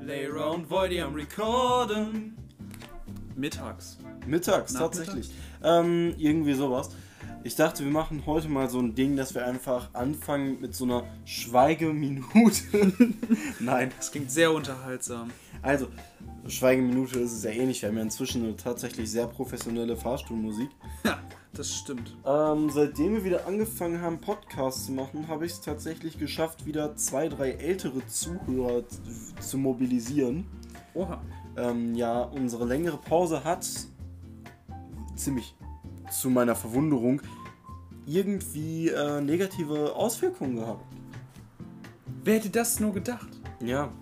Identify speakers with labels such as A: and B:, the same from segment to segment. A: Lay round, Voidy am Recorden.
B: Mittags. Nachmittags?
C: Mittags, tatsächlich. Ähm, irgendwie sowas. Ich dachte, wir machen heute mal so ein Ding, dass wir einfach anfangen mit so einer Schweigeminute. Nein.
B: Das klingt sehr unterhaltsam.
C: Also, Schweigeminute ist es ja ähnlich. Wir haben ja inzwischen eine tatsächlich sehr professionelle Fahrstuhlmusik.
B: Ja, das stimmt.
C: Ähm, seitdem wir wieder angefangen haben, Podcasts zu machen, habe ich es tatsächlich geschafft, wieder zwei, drei ältere Zuhörer z- zu mobilisieren.
B: Oha.
C: Ähm, ja, unsere längere Pause hat ziemlich zu meiner Verwunderung irgendwie äh, negative Auswirkungen gehabt.
B: Wer hätte das nur gedacht?
C: Ja,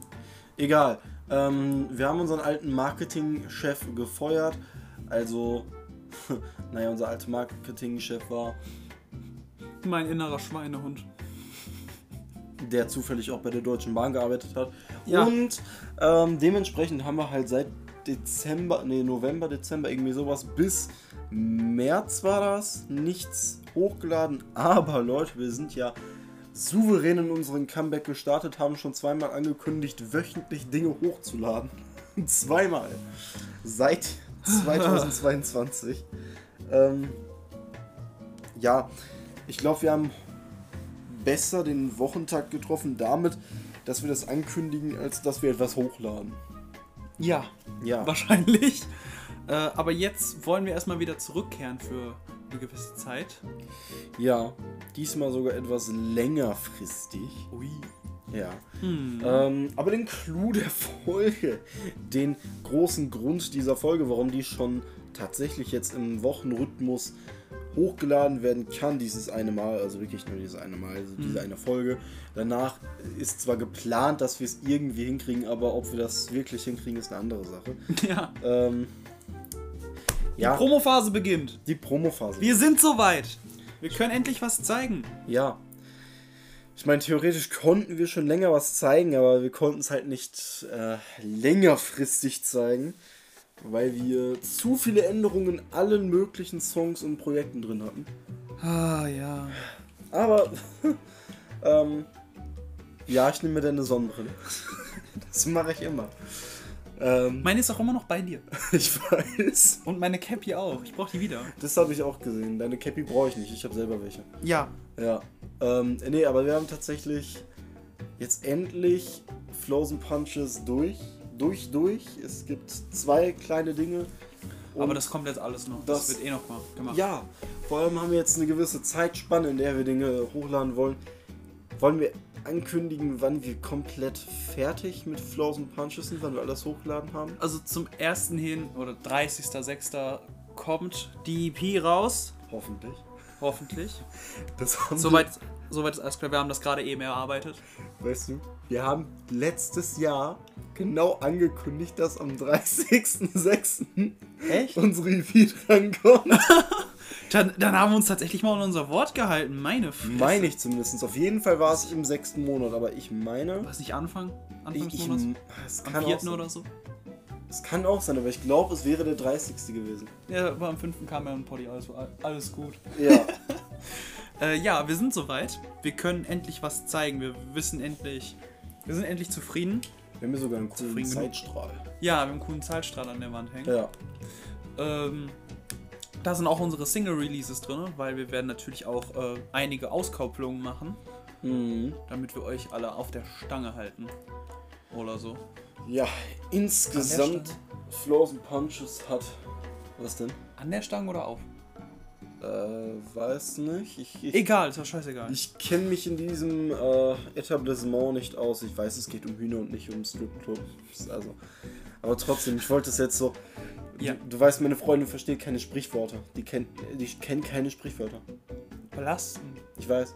C: egal. Ähm, wir haben unseren alten Marketingchef gefeuert. Also, naja, unser alter Marketingchef war
B: Mein innerer Schweinehund.
C: der zufällig auch bei der Deutschen Bahn gearbeitet hat.
B: Ja.
C: Und ähm, dementsprechend haben wir halt seit Dezember, nee, November, Dezember, irgendwie sowas, bis März war das, nichts hochgeladen. Aber Leute, wir sind ja souverän in unseren Comeback gestartet, haben schon zweimal angekündigt, wöchentlich Dinge hochzuladen. zweimal. Seit 2022. ähm, ja, ich glaube, wir haben besser den Wochentakt getroffen damit, dass wir das ankündigen, als dass wir etwas hochladen.
B: Ja,
C: Ja.
B: wahrscheinlich. Äh, aber jetzt wollen wir erstmal wieder zurückkehren für eine gewisse Zeit.
C: Ja. Diesmal sogar etwas längerfristig.
B: Ui.
C: Ja.
B: Hm.
C: Ähm, aber den Clou der Folge, den großen Grund dieser Folge, warum die schon tatsächlich jetzt im Wochenrhythmus hochgeladen werden kann, dieses eine Mal, also wirklich nur dieses eine Mal, also diese eine Folge. Danach ist zwar geplant, dass wir es irgendwie hinkriegen, aber ob wir das wirklich hinkriegen, ist eine andere Sache.
B: Ja.
C: Ähm, ja,
B: Promophase beginnt.
C: die Promophase.
B: Wir sind soweit. Wir können endlich was zeigen.
C: Ja. Ich meine, theoretisch konnten wir schon länger was zeigen, aber wir konnten es halt nicht äh, längerfristig zeigen, weil wir zu viele Änderungen in allen möglichen Songs und Projekten drin hatten.
B: Ah, ja.
C: Aber, ähm, ja, ich nehme mir deine Sonnenbrille. Das mache ich immer. Ähm,
B: Meine ist auch immer noch bei dir.
C: ich weiß.
B: Und meine Cap hier auch. Ich brauche die wieder.
C: Das habe ich auch gesehen. Deine Cappy brauche ich nicht. Ich habe selber welche.
B: Ja.
C: Ja. Ähm, nee, aber wir haben tatsächlich jetzt endlich Flows and Punches durch. Durch, durch. Es gibt zwei kleine Dinge. Und
B: Aber das kommt jetzt alles noch. Das,
C: Das-
B: wird eh noch mal gemacht.
C: Ja, vor allem haben wir jetzt eine gewisse Zeitspanne, in der wir Dinge hochladen wollen. Wollen wir ankündigen, wann wir komplett fertig mit Flows and Punches sind, wann wir alles hochgeladen haben?
B: Also zum ersten hin, oder 30.06. kommt die EP raus.
C: Hoffentlich.
B: Hoffentlich.
C: Das haben
B: Soweit, soweit ist alles klar. Wir haben das gerade eben erarbeitet.
C: Weißt du, wir haben letztes Jahr genau angekündigt, dass am 30.06.
B: Echt?
C: unsere EP drankommt.
B: Dann, dann haben wir uns tatsächlich mal an unser Wort gehalten. Meine Fresse.
C: Meine ich zumindest. Auf jeden Fall war es im sechsten Monat, aber ich meine.
B: Was nicht Anfang? Anfang
C: Ich,
B: des
C: ich,
B: Monats?
C: es,
B: Am
C: kann auch
B: vierten
C: sein,
B: oder so?
C: es kann auch sein, aber ich glaube, es wäre der 30. gewesen.
B: Ja, aber am fünften kam ja ein Poddy. Alles, alles gut.
C: Ja.
B: Äh, ja, wir sind soweit. Wir können endlich was zeigen. Wir wissen endlich. Wir sind endlich zufrieden.
C: wir haben hier sogar einen coolen
B: Zufrieden genug.
C: Zeitstrahl.
B: Ja, wir haben einen coolen Zeitstrahl an der Wand hängen.
C: Ja.
B: Ähm, da sind auch unsere Single-Releases drin, weil wir werden natürlich auch äh, einige Auskopplungen machen,
C: Mhm.
B: damit wir euch alle auf der Stange halten. Oder so.
C: Ja,
B: An der
C: insgesamt Flows and Punches hat. Was denn?
B: An der Stange oder auf?
C: Äh, weiß nicht. Ich, ich,
B: Egal, ist doch scheißegal.
C: ich kenne mich in diesem äh, Etablissement nicht aus. Ich weiß, es geht um Hühner und nicht um Stripclubs. Also. Aber trotzdem, ich wollte es jetzt so.
B: Ja.
C: Du, du weißt, meine Freundin versteht keine Sprichwörter. Die kennt, die kennt keine Sprichwörter.
B: Belasten.
C: Ich weiß.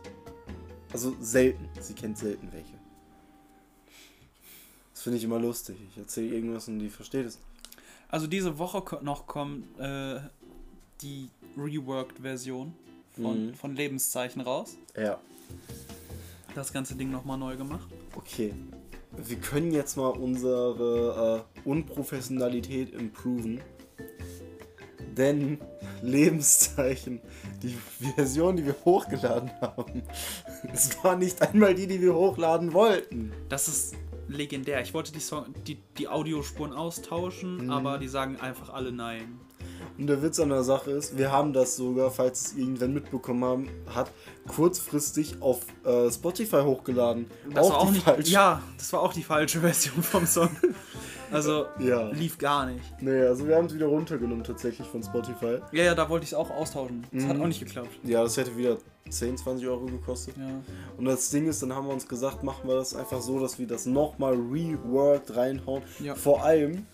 C: Also selten. Sie kennt selten welche. Das finde ich immer lustig. Ich erzähle irgendwas und die versteht es.
B: Also diese Woche ko- noch kommt äh, die Reworked-Version von,
C: Mhm.
B: von Lebenszeichen raus.
C: Ja.
B: Das ganze Ding nochmal neu gemacht.
C: Okay. Wir können jetzt mal unsere äh, Unprofessionalität improven. Denn Lebenszeichen, die Version, die wir hochgeladen haben, es war nicht einmal die, die wir hochladen wollten.
B: Das ist legendär. Ich wollte die, Song die, die Audiospuren austauschen, aber die sagen einfach alle nein.
C: Und der Witz an der Sache ist, wir haben das sogar, falls es irgendwann mitbekommen haben, hat kurzfristig auf äh, Spotify hochgeladen.
B: Das war auch
C: die
B: nicht,
C: falsche.
B: Ja, das war auch die falsche Version vom Song. Also
C: Ja.
B: lief gar nicht.
C: Nee, also wir haben es wieder runtergenommen tatsächlich von Spotify.
B: Ja, ja, da wollte ich es auch austauschen. Das
C: Mhm.
B: hat auch nicht geklappt.
C: Ja, das hätte wieder 10, 20 Euro gekostet.
B: Ja.
C: Und das Ding ist, dann haben wir uns gesagt, machen wir das einfach so, dass wir das nochmal reworked reinhauen.
B: Ja.
C: Vor allem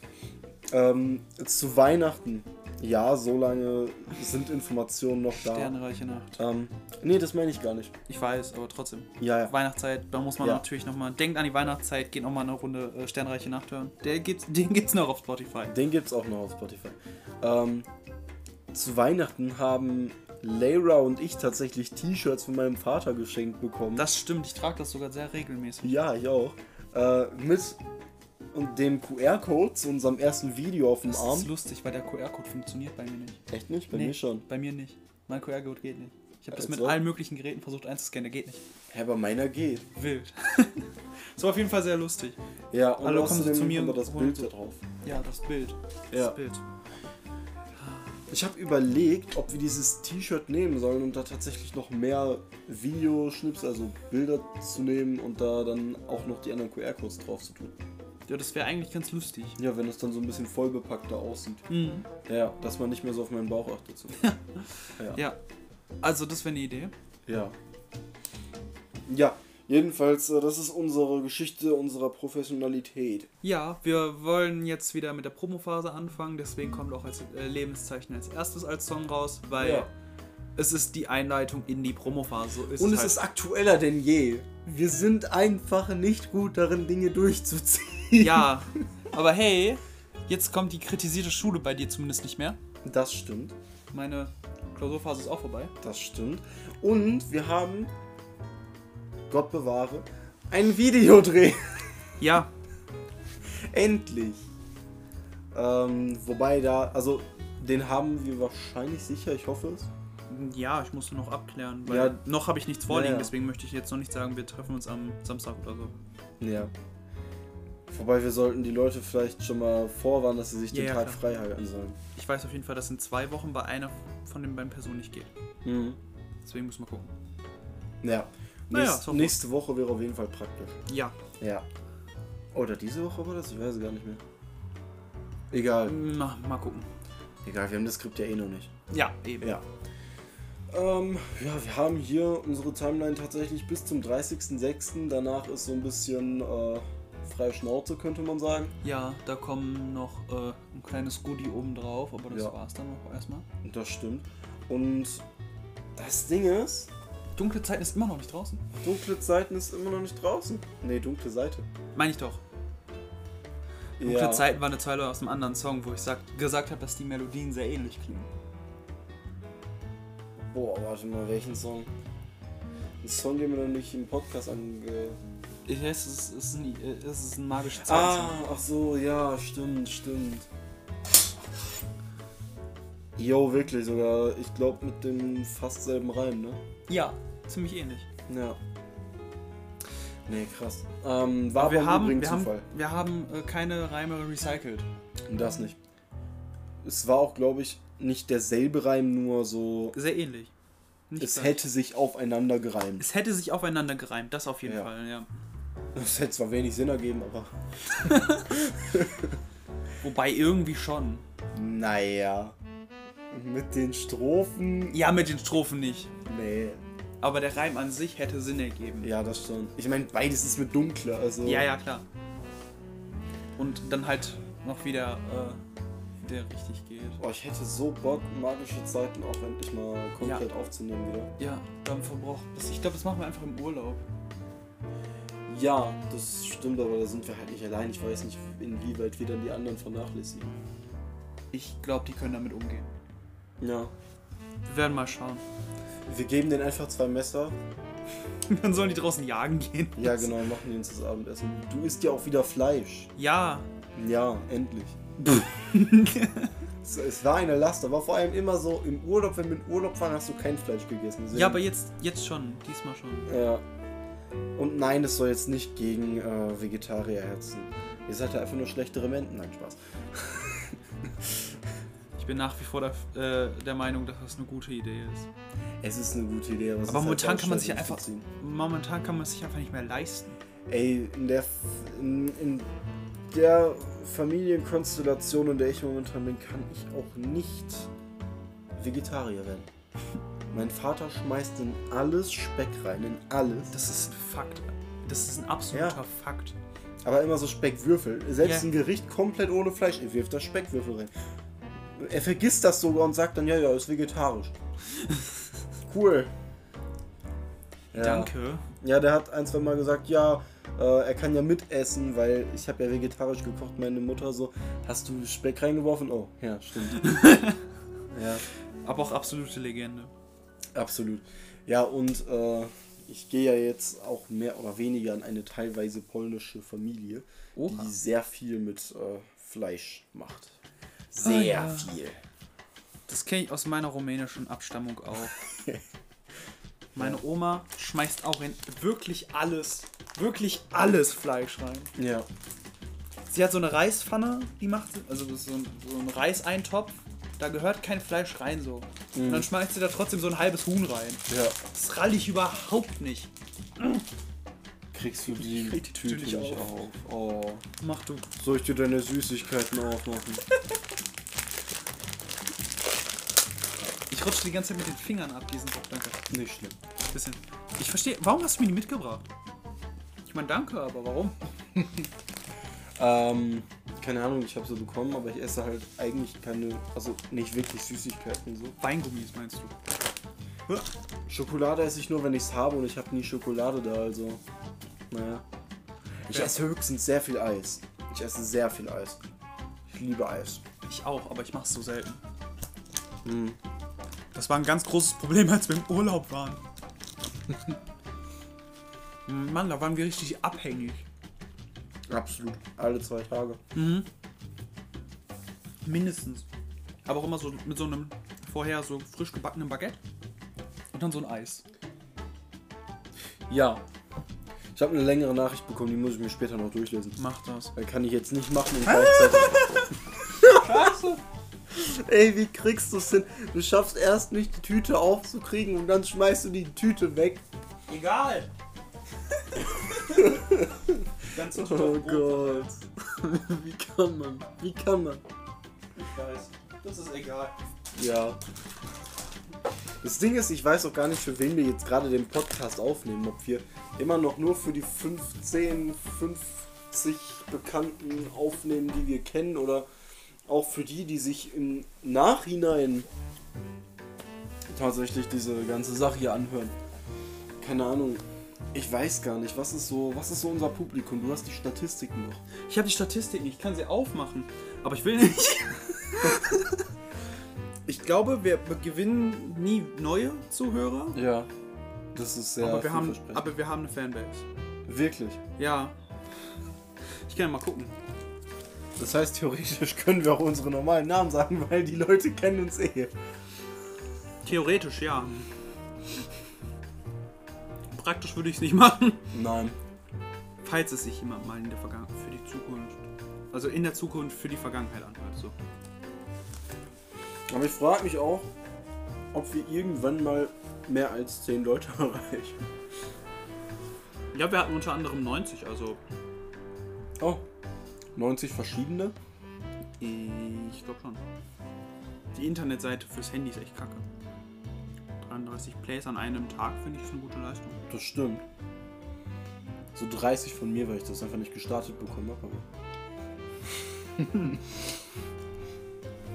C: ähm, zu Weihnachten. Ja, so lange sind Informationen noch da.
B: Sternreiche Nacht.
C: Ähm, nee, das meine ich gar nicht.
B: Ich weiß, aber trotzdem.
C: Ja, ja.
B: Weihnachtszeit, da muss man
C: Ja.
B: natürlich nochmal. Denkt an die Weihnachtszeit, geht nochmal eine Runde äh, Sternreiche Nacht hören. Der gibt's, den gibt's noch auf Spotify.
C: Den gibt's auch noch auf Spotify. Ähm, zu Weihnachten haben Layra und ich tatsächlich T-Shirts von meinem Vater geschenkt bekommen.
B: Das stimmt, ich trage das sogar sehr regelmäßig.
C: ja, ich auch. Äh, mit und dem QR-Code zu unserem ersten Video auf dem
B: Das ist
C: Arm.
B: lustig, weil der QR-Code funktioniert bei mir nicht.
C: Echt nicht? Bei
B: Nee,
C: mir schon.
B: Bei mir nicht. Mein QR-Code geht nicht. Ich habe das mit
C: Also?
B: allen möglichen Geräten versucht einzuscannen, der geht nicht.
C: Hä, bei meiner geht.
B: Wild. das war auf jeden Fall sehr lustig.
C: Ja, und
B: Hallo, kommen Sie
C: außerdem
B: zu mir
C: haben wir
B: und
C: das
B: holen
C: Bild
B: Sie-
C: da drauf.
B: Ja, das Bild. Das
C: Ja.
B: Bild.
C: Ich habe überlegt, ob wir dieses T-Shirt nehmen sollen und da tatsächlich noch mehr Videoschnips, also Bilder zu nehmen und da dann auch noch die anderen QR-Codes drauf zu tun.
B: Ja, das wäre eigentlich ganz lustig.
C: Ja, wenn es dann so ein bisschen vollbepackter aussieht.
B: Mhm.
C: Ja, dass man nicht mehr so auf meinen Bauch achtet. So.
B: Ja. Also, das wäre eine Idee.
C: ja. Ja, jedenfalls, äh, das ist unsere Geschichte unserer Professionalität.
B: Ja, wir wollen jetzt wieder mit der Promophase anfangen, deswegen kommt auch als äh, Lebenszeichen als erstes als Song raus, weil
C: Ah, Ja.
B: es ist die Einleitung in die Promophase. So Ist
C: Und es
B: halt.
C: ist aktueller denn je. Wir sind einfach nicht gut darin, Dinge durchzuziehen.
B: ja, aber hey, jetzt kommt die kritisierte Schule bei dir zumindest nicht mehr.
C: Das stimmt,
B: Meine Klausurphase ist auch vorbei.
C: das stimmt. Und wir haben, Gott bewahre, ein Videodreh.
B: Ja,
C: Endlich. Ähm, wobei da, also den haben wir wahrscheinlich sicher, ich hoffe es.
B: ja, ich musste noch abklären, weil
C: Ja.
B: noch habe ich nichts vorliegen,
C: Ja, ja.
B: deswegen möchte ich jetzt noch nicht sagen, wir treffen uns am Samstag oder so.
C: Ja. Wobei wir sollten die Leute vielleicht schon mal vorwarnen, dass sie sich den
B: Ja, ja,
C: Tag
B: klar.
C: frei halten sollen.
B: Ich weiß auf jeden Fall, dass in zwei Wochen bei einer von den beiden Personen nicht geht.
C: Mhm.
B: Deswegen muss man gucken.
C: Ja.
B: Naja,
C: Nächst,
B: ist auch gut.
C: nächste Woche wäre auf jeden Fall praktisch.
B: Ja,
C: Ja. Oder diese Woche war das? Ich weiß es gar nicht mehr. Egal.
B: na, mal gucken.
C: Egal, wir haben das Skript ja eh noch nicht.
B: Ja, eben.
C: Ja. Ähm, ja, wir haben hier unsere Timeline tatsächlich bis zum 30.06. Danach ist so ein bisschen äh, freie Schnauze, könnte man sagen.
B: Ja, da kommen noch äh, ein kleines Goodie oben drauf, aber das
C: Ja.
B: war's dann auch erstmal.
C: Und Das stimmt. Und das Ding ist,
B: Dunkle Zeit ist immer noch nicht draußen.
C: dunkle Zeiten ist immer noch nicht draußen. Nee, dunkle Seite.
B: Meine ich doch. Dunkle
C: ja.
B: Zeiten war eine Zeile aus einem anderen Song, wo ich sagt, gesagt habe, dass die Melodien sehr ähnlich klingen.
C: Boah, warte mal, welchen Song? Ein Song, den wir noch nicht im Podcast ange...
B: Ich weiß, es ist, es ist, ein, äh, es ist ein magischer
C: Ah,
B: Zeitensong.
C: ach so, ja, stimmt, stimmt. Jo, wirklich sogar. Ich glaube mit dem fast selben Reim, ne?
B: Ja, ziemlich ähnlich.
C: Ja. Nee, krass. Ähm, war aber
B: wir,
C: im
B: haben,
C: Übrigen
B: wir, haben,
C: Zufall.
B: wir haben äh, keine Reime recycelt.
C: Und Das nicht. Es war auch, glaube ich, nicht derselbe Reim, nur so.
B: Sehr ähnlich. Nicht
C: Es
B: das.
C: hätte sich aufeinander gereimt.
B: es hätte sich aufeinander gereimt, das auf jeden
C: Ja.
B: Fall, ja.
C: Das hätte zwar wenig Sinn ergeben, aber.
B: Wobei irgendwie schon.
C: Naja. Mit den Strophen.
B: Ja, mit den Strophen nicht.
C: Nee.
B: Aber der Reim an sich hätte Sinn ergeben.
C: Ja, das schon. Ich meine, beides ist mit dunkler, also.
B: Ja, ja, klar. Und dann halt noch wieder, äh, der richtig geht.
C: Boah, ich hätte so Bock, magische Zeiten auch endlich mal komplett aufzunehmen wieder.
B: Ja, dann verbraucht. Das, ich glaube, das machen wir einfach im Urlaub.
C: Ja, das stimmt, aber da sind wir halt nicht allein. Ich weiß nicht, inwieweit wir dann die anderen vernachlässigen.
B: Ich glaube, die können damit umgehen.
C: Ja.
B: Wir werden mal schauen.
C: Wir geben denen einfach zwei Messer.
B: dann sollen die draußen jagen gehen.
C: Ja, genau, machen denen das Abendessen. Du isst ja auch wieder Fleisch.
B: Ja,
C: Ja, endlich. es, es war eine Last, aber vor allem immer so im Urlaub, wenn wir in Urlaub waren, hast du kein Fleisch gegessen. Deswegen-
B: ja, aber jetzt, jetzt schon. Diesmal schon.
C: Ja. Und nein, es soll jetzt nicht gegen äh, Vegetarier hetzen. Ihr seid ja einfach nur schlechtere Menschen. Nein, Spaß.
B: Ich bin nach wie vor der, äh, der Meinung, dass das eine gute Idee ist.
C: Es ist eine gute Idee, aber, es
B: Aber
C: ist halt
B: momentan kann man sich
C: Veranstaltung
B: einfach.
C: zu ziehen.
B: Momentan kann man es sich einfach nicht mehr leisten.
C: Ey, in der, F- in, in der Familienkonstellation, in der ich momentan bin, kann ich auch nicht Vegetarier werden. Mein Vater schmeißt in alles Speck rein, in alles.
B: Das ist ein Fakt. Das ist ein absoluter
C: Ja.
B: Fakt.
C: Aber immer so Speckwürfel. Selbst
B: Ja.
C: ein Gericht komplett ohne Fleisch, er wirft da Speckwürfel rein. Er vergisst das sogar und sagt dann, ja, ja, ist vegetarisch. cool. Ja.
B: Danke.
C: Ja, der hat ein, zwei Mal gesagt, ja, äh, er kann ja mitessen, weil ich habe ja vegetarisch gekocht, meine Mutter so, hast du Speck reingeworfen? Oh, ja, stimmt. ja,
B: Aber auch absolute Legende.
C: absolut. Ja, und äh, ich gehe ja jetzt auch mehr oder weniger an eine teilweise polnische Familie,
B: Oha.
C: die sehr viel mit äh, Fleisch macht. Sehr
B: Ah, ja.
C: viel.
B: Das kenne ich aus meiner rumänischen Abstammung auch. Meine Oma schmeißt auch in wirklich alles, wirklich alles Fleisch rein.
C: Ja.
B: Sie hat so eine Reispfanne, die macht, also das ist so ein, so ein Reiseintopf, da gehört kein Fleisch rein so. Und
C: Mhm.
B: dann schmeißt sie da trotzdem so ein halbes Huhn rein.
C: Ja.
B: Das ralle ich überhaupt nicht.
C: Kriegst du die
B: krieg die
C: Tüte
B: natürlich
C: nicht auf? Oh.
B: Mach du.
C: Soll ich dir deine Süßigkeiten aufmachen?
B: Ich rutsche die ganze Zeit mit den Fingern ab, diesen Bock, danke.
C: Nicht schlimm.
B: Bisschen. Ich verstehe, warum hast du mir die mitgebracht? Ich meine, danke, aber warum?
C: Ähm, keine Ahnung, ich habe sie bekommen, aber ich esse halt eigentlich keine, also nicht wirklich Süßigkeiten so.
B: Weingummis meinst du?
C: Schokolade esse ich nur, wenn ich's habe und ich habe nie Schokolade da, also naja. Ich
B: Ja.
C: esse höchstens sehr viel Eis. Ich esse sehr viel Eis. Ich liebe Eis.
B: Ich auch, aber ich mach's so selten.
C: Hm.
B: Das war ein ganz großes Problem, als wir im Urlaub waren. Mann, da waren wir richtig abhängig.
C: Absolut. Alle zwei Tage.
B: Mindestens. Aber auch immer so mit so einem vorher so frisch gebackenen Baguette. Und dann so ein Eis.
C: Ja. Ich habe eine längere Nachricht bekommen, die muss ich mir später noch durchlesen.
B: Macht das.
C: Weil Kann ich jetzt nicht machen und gleichzeitig. Ey, wie kriegst du es hin? Du schaffst erst nicht, die Tüte aufzukriegen und dann schmeißt du die Tüte weg.
B: Egal. ganz
C: Oh Gott. Wie kann man? Wie kann man?
B: Ich weiß. Das ist egal.
C: Ja. Das Ding ist, ich weiß auch gar nicht, für wen wir jetzt gerade den Podcast aufnehmen. Ob wir immer noch nur für die 15, 50 Bekannten aufnehmen, die wir kennen oder auch für die, die sich im Nachhinein tatsächlich diese ganze Sache hier anhören. Keine Ahnung. Ich weiß gar nicht, was ist so, was ist so unser Publikum? Du hast die Statistiken noch.
B: Ich habe die Statistiken, ich kann sie aufmachen. Aber ich will nicht. ich glaube, wir gewinnen nie neue Zuhörer.
C: Ja. Das ist sehr
B: aber, wir haben,
C: vielversprechend.
B: aber wir haben eine Fanbase.
C: Wirklich.
B: Ja. Ich kann ja mal gucken.
C: Das heißt, theoretisch können wir auch unsere normalen Namen sagen, weil die Leute kennen uns eh.
B: Theoretisch ja. Praktisch würde ich es nicht machen.
C: Nein.
B: Falls es sich jemand mal in der Vergangenheit für die Zukunft. Also in der Zukunft für die Vergangenheit anhört. So.
C: Aber ich frage mich auch, ob wir irgendwann mal mehr als 10 Leute erreichen.
B: Ja, wir hatten unter anderem 90, also.
C: Oh. 90 verschiedene?
B: Ich glaube schon. Die Internetseite fürs Handy ist echt kacke. 33 Plays an einem Tag finde ich ist eine gute Leistung.
C: Das stimmt. So 30 von mir, weil ich das einfach nicht gestartet bekommen habe.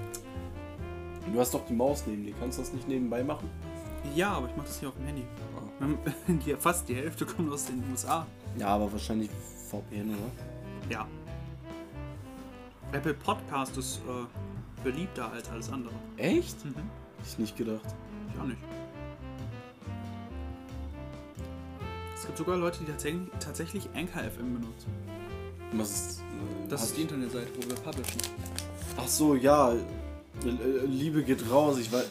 C: aber- du hast doch die Maus neben dir. Kannst du das nicht nebenbei machen?
B: Ja, aber ich mache das hier auf dem Handy. Die, fast die Hälfte kommt aus den USA.
C: Ja, aber wahrscheinlich VPN, oder?
B: Ja. Apple Podcast ist äh, beliebter als alles andere.
C: Echt?
B: Mhm.
C: Hätte ich nicht gedacht.
B: Ich auch nicht. Es gibt sogar Leute, die tatsächlich, tatsächlich Anchor FM benutzen.
C: Was ist. äh,
B: Das
C: hab
B: ist
C: ich-
B: die Internetseite, wo wir publishen.
C: Ach so, ja. Äh, äh, Liebe geht raus. Ich weiß.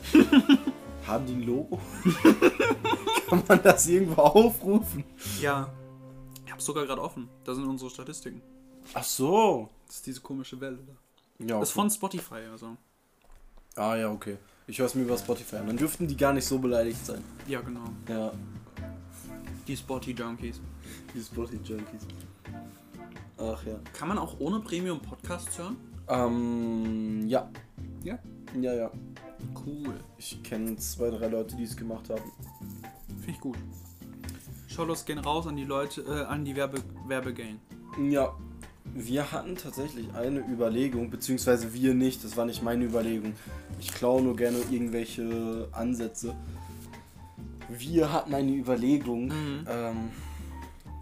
C: Haben die ein Logo? Kann man das irgendwo aufrufen?
B: Ja. Ich hab's sogar gerade offen. Da sind unsere Statistiken.
C: Ach so.
B: Das ist diese komische Welle da.
C: Ja,
B: Das ist
C: okay.
B: von Spotify, also.
C: Ah ja, okay. Ich höre es mir über Spotify an. Dann dürften die gar nicht so beleidigt sein.
B: Ja, genau.
C: Ja,
B: Die Spotty Junkies.
C: die Spotify-Junkies. Ach ja.
B: Kann man auch ohne Premium Podcasts hören?
C: Ähm, ja.
B: Ja.
C: Ja, ja.
B: Cool.
C: Ich kenne zwei, drei Leute, die es gemacht haben.
B: Finde ich gut. Shoutouts gehen raus an die Leute, äh, an die Werbe Werbegang.
C: Ja. Wir hatten tatsächlich eine Überlegung, beziehungsweise wir nicht, das war nicht meine Überlegung. Ich klaue nur gerne irgendwelche Ansätze. Wir hatten eine Überlegung.
B: Mhm.
C: Ähm,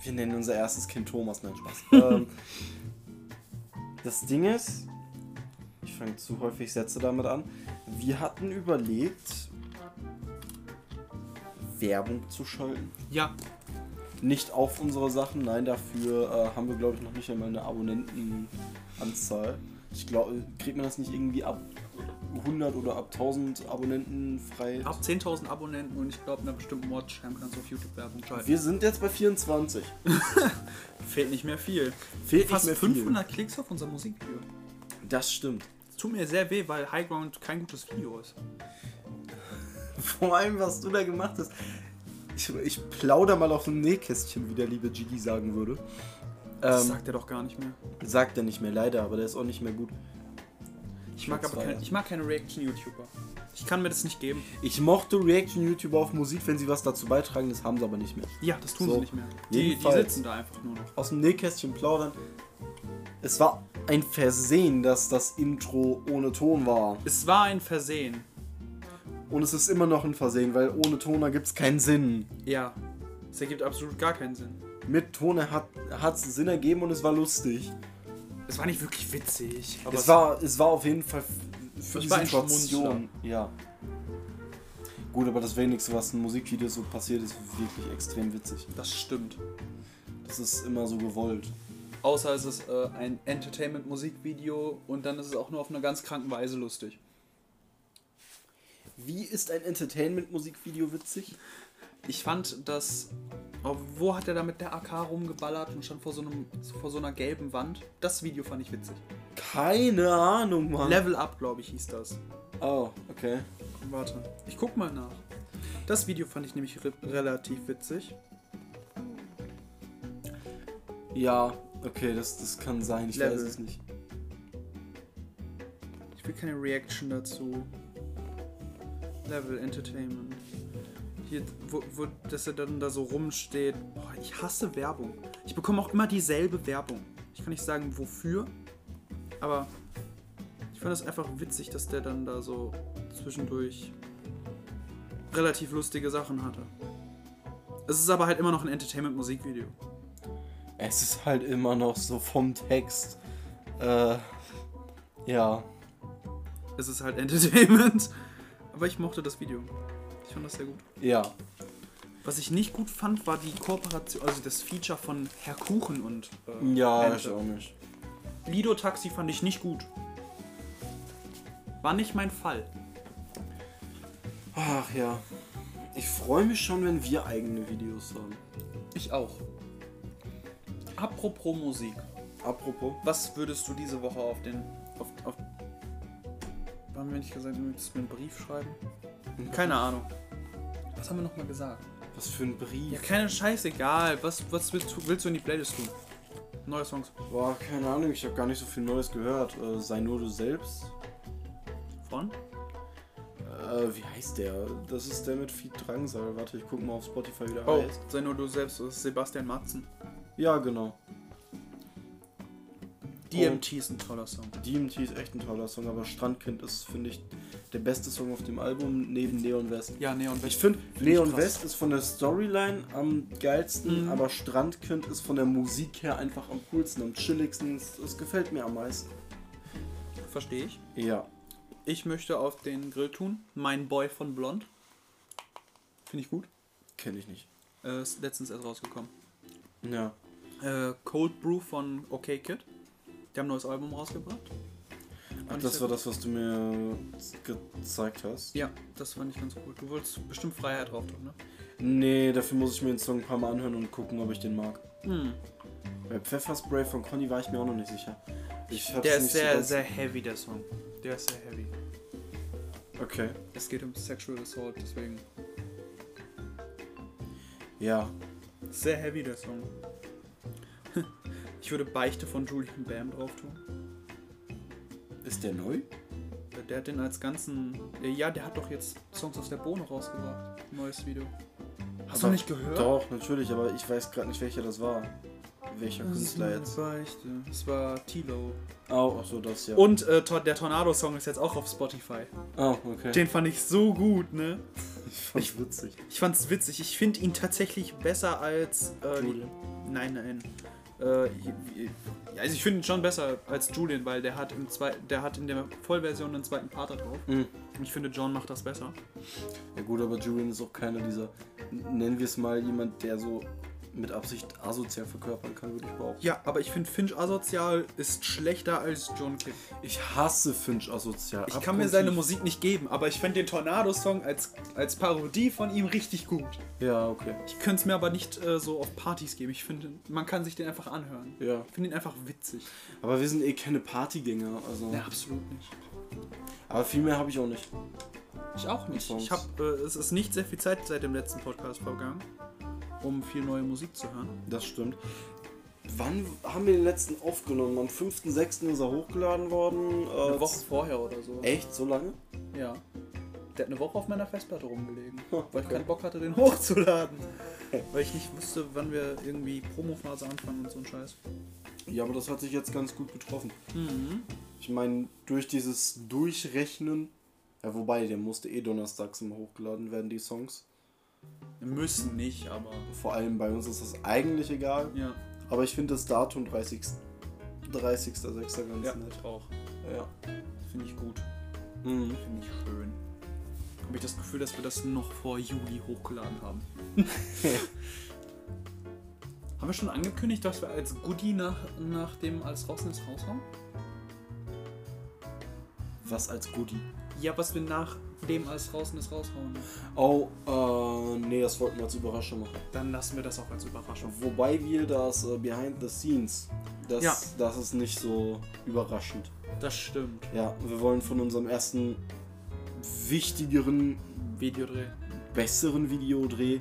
C: wir nennen unser erstes Kind Thomas, nein, Spaß. ähm, das Ding ist, ich fange zu häufig Sätze damit an. Wir hatten überlegt, Werbung zu schalten.
B: Ja,
C: Nicht auf unsere Sachen, nein, dafür äh, haben wir, glaube ich, noch nicht einmal eine Abonnentenanzahl. Ich glaube, kriegt man das nicht irgendwie ab 100 oder ab 1000 Abonnenten frei?
B: ab 10.000 Abonnenten und ich glaube, einer bestimmten Watchtime kannst du auf YouTube Werbung schalten.
C: Wir sind jetzt bei 24.
B: Fehlt nicht mehr viel.
C: Fehlt
B: Fast
C: nicht mehr
B: 500 Klicks auf unser Musikvideo.
C: viel. Das stimmt.
B: Es tut mir sehr weh, weil Highground kein gutes Video ist.
C: Vor allem, was du da gemacht hast. Ich, ich plauder mal auf dem Nähkästchen, wie der liebe Gigi sagen würde.
B: Das
C: Ähm,
B: sagt er doch gar nicht mehr.
C: sagt er nicht mehr, leider, aber der ist auch nicht mehr gut.
B: Ich mag
C: Schatz,
B: aber
C: Alter.
B: keine, ich mag keine Reaction-YouTuber. Ich kann mir das nicht geben.
C: Ich mochte Reaction-YouTuber auf Musik, wenn sie was dazu beitragen, das haben sie aber nicht mehr.
B: Ja, das tun
C: So,
B: sie nicht mehr. Die, die
C: jedenfalls.
B: sitzen da einfach nur noch.
C: Aus dem Nähkästchen plaudern. Es war ein Versehen, dass das Intro ohne Ton war.
B: Es war ein Versehen.
C: Und es ist immer noch ein Versehen, weil ohne Ton ergibt es keinen Sinn.
B: Ja. Es ergibt absolut gar keinen Sinn.
C: Mit Ton hat es Sinn ergeben und es war lustig.
B: Es war nicht wirklich witzig. Aber
C: es, war, es war auf jeden Fall f- für
B: Es
C: die
B: war ein
C: Situation. Ja. Gut, aber das wenigste, was in Musikvideos so passiert, ist wirklich extrem witzig.
B: Das stimmt.
C: Das ist immer so gewollt.
B: Außer es ist äh, ein Entertainment-Musikvideo und dann ist es auch nur auf einer ganz kranken Weise lustig.
C: Wie ist ein Entertainment-Musikvideo witzig?
B: Ich fand das. Oh, wo hat er da mit der AK rumgeballert und stand vor so, einem, vor so einer gelben Wand? Das Video fand ich witzig.
C: Keine Ahnung, Mann.
B: Level Up, glaube ich, hieß das.
C: oh, okay.
B: Warte, ich guck mal nach. Das Video fand ich nämlich re relativ witzig.
C: Ja, okay, das, das kann sein. Ich
B: Level.
C: weiß es nicht.
B: Ich will keine Reaction dazu. Level Entertainment. Hier, wo, wo dass er dann da so rumsteht. Boah, ich hasse Werbung. Ich bekomme auch immer dieselbe Werbung. Ich kann nicht sagen, wofür, aber ich fand es einfach witzig, dass der dann da so zwischendurch relativ lustige Sachen hatte. Es ist aber halt immer noch ein Entertainment-Musikvideo.
C: Es ist halt immer noch so vom Text. Äh, ja.
B: es ist halt Entertainment. Aber ich mochte das Video. Ich fand das sehr gut.
C: Ja.
B: Was ich nicht gut fand, war die Kooperation, also das Feature von Herr Kuchen und äh,
C: Ja,
B: Rente.
C: ich auch nicht.
B: Lido Taxi fand ich nicht gut. War nicht mein Fall.
C: Ach ja. Ich freue mich schon, wenn wir eigene Videos haben.
B: Ich auch. Apropos Musik.
C: Apropos.
B: Was würdest du diese Woche auf den. Auf, auf haben wir nicht gesagt, du möchtest mir einen Brief schreiben? Keine Ahnung. Was haben wir nochmal gesagt?
C: Was für ein Brief.
B: Ja, keine Scheiße, egal. Was, was willst, du, willst du in die Playlist tun? Neue Songs.
C: Boah, keine Ahnung, ich habe gar nicht so viel Neues gehört. Äh, sei nur du selbst.
B: Von?
C: Äh, wie heißt der? Das ist der mit Feed Drangsal. Warte, ich guck mal auf Spotify, wie der
B: Oh,
C: heißt.
B: sei nur du selbst, das ist Sebastian Matzen.
C: Ja, genau.
B: DMT ist ein toller Song.
C: DMT ist echt ein toller Song, aber Strandkind ist, finde ich, der beste Song auf dem Album neben Neon West.
B: Ja, Neon
C: Ich
B: West.
C: finde, Neon
B: krass.
C: West ist von der Storyline am geilsten,
B: Mhm.
C: aber Strandkind ist von der Musik her einfach am coolsten, am chilligsten. Es, es gefällt mir am meisten.
B: Verstehe ich.
C: Ja.
B: Ich möchte auf den Grill tun. Mein Boy von Blond. Finde ich gut.
C: Kenne ich nicht.
B: Äh, ist letztens erst rausgekommen.
C: Ja.
B: Äh, Cold Brew von OK Kid. Die haben ein neues Album rausgebracht.
C: Ach,
B: ich
C: das
B: sehr
C: war
B: gut.
C: das, was du mir gezeigt hast.
B: Ja, das fand ich ganz cool. Du wolltest bestimmt Freiheit drauf tun, ne?
C: Nee, dafür muss ich mir den Song ein paar Mal anhören und gucken, ob ich den mag.
B: Hm.
C: Bei Pfefferspray von Conny war ich mir auch noch nicht sicher. Ich hab's
B: Der ist
C: nicht so
B: sehr,
C: ganz-
B: sehr heavy, der Song. Der ist sehr heavy.
C: Okay.
B: Es geht um Sexual Assault, deswegen.
C: Ja.
B: Sehr heavy, der Song. Ich würde Beichte von Julian Bam drauf tun.
C: Ist der neu?
B: Der hat den als ganzen. äh, Ja, der hat doch jetzt Songs aus der Bohne rausgebracht. Neues Video. Hast du
C: Aber-
B: nicht gehört?
C: Doch, natürlich, aber ich weiß gerade nicht, welcher das war. Welcher
B: Also
C: Künstler jetzt?
B: Beichte. Es war Tilo.
C: Oh, ach so, das ja.
B: Und äh, Tor- der Tornado-Song ist jetzt auch auf Spotify.
C: Oh, okay.
B: Den fand ich so gut, ne?
C: ich fand's witzig.
B: Ich fand's witzig. Ich finde ihn tatsächlich besser als. Äh, die-
C: Julian.
B: Nein, nein. Äh, ich- ich- also ich finde ihn schon besser als Julian, weil der hat, im zwei, der hat in der Vollversion einen zweiten Part da drauf.
C: Mhm.
B: Und ich finde, John macht das besser.
C: Ja gut, aber Julian ist auch keiner dieser, n- nennen wir es mal, jemand, der so mit Absicht asozial verkörpern kann, würde ich behaupten.
B: Ja, aber ich finde, Finch asozial ist schlechter als John Kidd.
C: Ich hasse Finch asozial.
B: Ich kann mir seine
C: Abgrundtief.
B: Musik nicht geben, aber ich fände den Tornado-Song als, als Parodie von ihm richtig gut.
C: Ja, okay.
B: Ich könnte es mir aber nicht äh, so auf Partys geben. Ich finde, man kann sich den einfach anhören.
C: Ja.
B: Ich finde ihn einfach witzig.
C: Aber wir sind eh keine Partygänger, also.
B: Ja, absolut nicht.
C: Aber viel mehr habe ich auch nicht.
B: Ich auch nicht.
C: Songs.
B: Ich hab, äh, es ist nicht sehr viel Zeit seit dem letzten Podcast vergangen, um viel neue Musik zu hören.
C: Das stimmt. Wann haben wir den letzten aufgenommen? Am 5.6. ist er hochgeladen worden. Äh,
B: vorher oder so.
C: Echt? So lange?
B: Ja. Der hat eine Woche auf meiner Festplatte rumgelegen,
C: Oh,
B: weil ich
C: okay.
B: keinen Bock hatte, den hochzuladen. weil ich nicht wusste, wann wir irgendwie Promophase anfangen und so ein Scheiß.
C: Ja, aber das hat sich jetzt ganz gut getroffen.
B: Mhm.
C: Ich meine, durch dieses Durchrechnen. Ja, wobei, der musste eh donnerstags immer hochgeladen werden, die Songs.
B: Wir müssen nicht, aber.
C: Vor allem bei uns ist das eigentlich egal.
B: Ja,
C: Aber ich finde das Datum 30. 30.06. ganz
B: ja ich
C: nett.
B: halt auch.
C: Ja.
B: Finde ich gut.
C: Mhm.
B: Finde ich schön. Habe ich das Gefühl, dass wir das noch vor Juli hochgeladen haben. haben wir schon angekündigt, dass wir als Goodie nach, nach dem Alles Raus ist raushauen?
C: Was als Goodie?
B: Ja, was wir nach dem Alles Raus ist raushauen.
C: Oh, äh, nee, das wollten wir als Überraschung machen.
B: Dann lassen wir das auch als Überraschung.
C: Wobei wir das äh, Behind the Scenes, das,
B: Ja.
C: das ist nicht so überraschend.
B: Das stimmt.
C: Ja, wir wollen von unserem ersten wichtigeren,
B: Videodreh.
C: besseren Videodreh äh,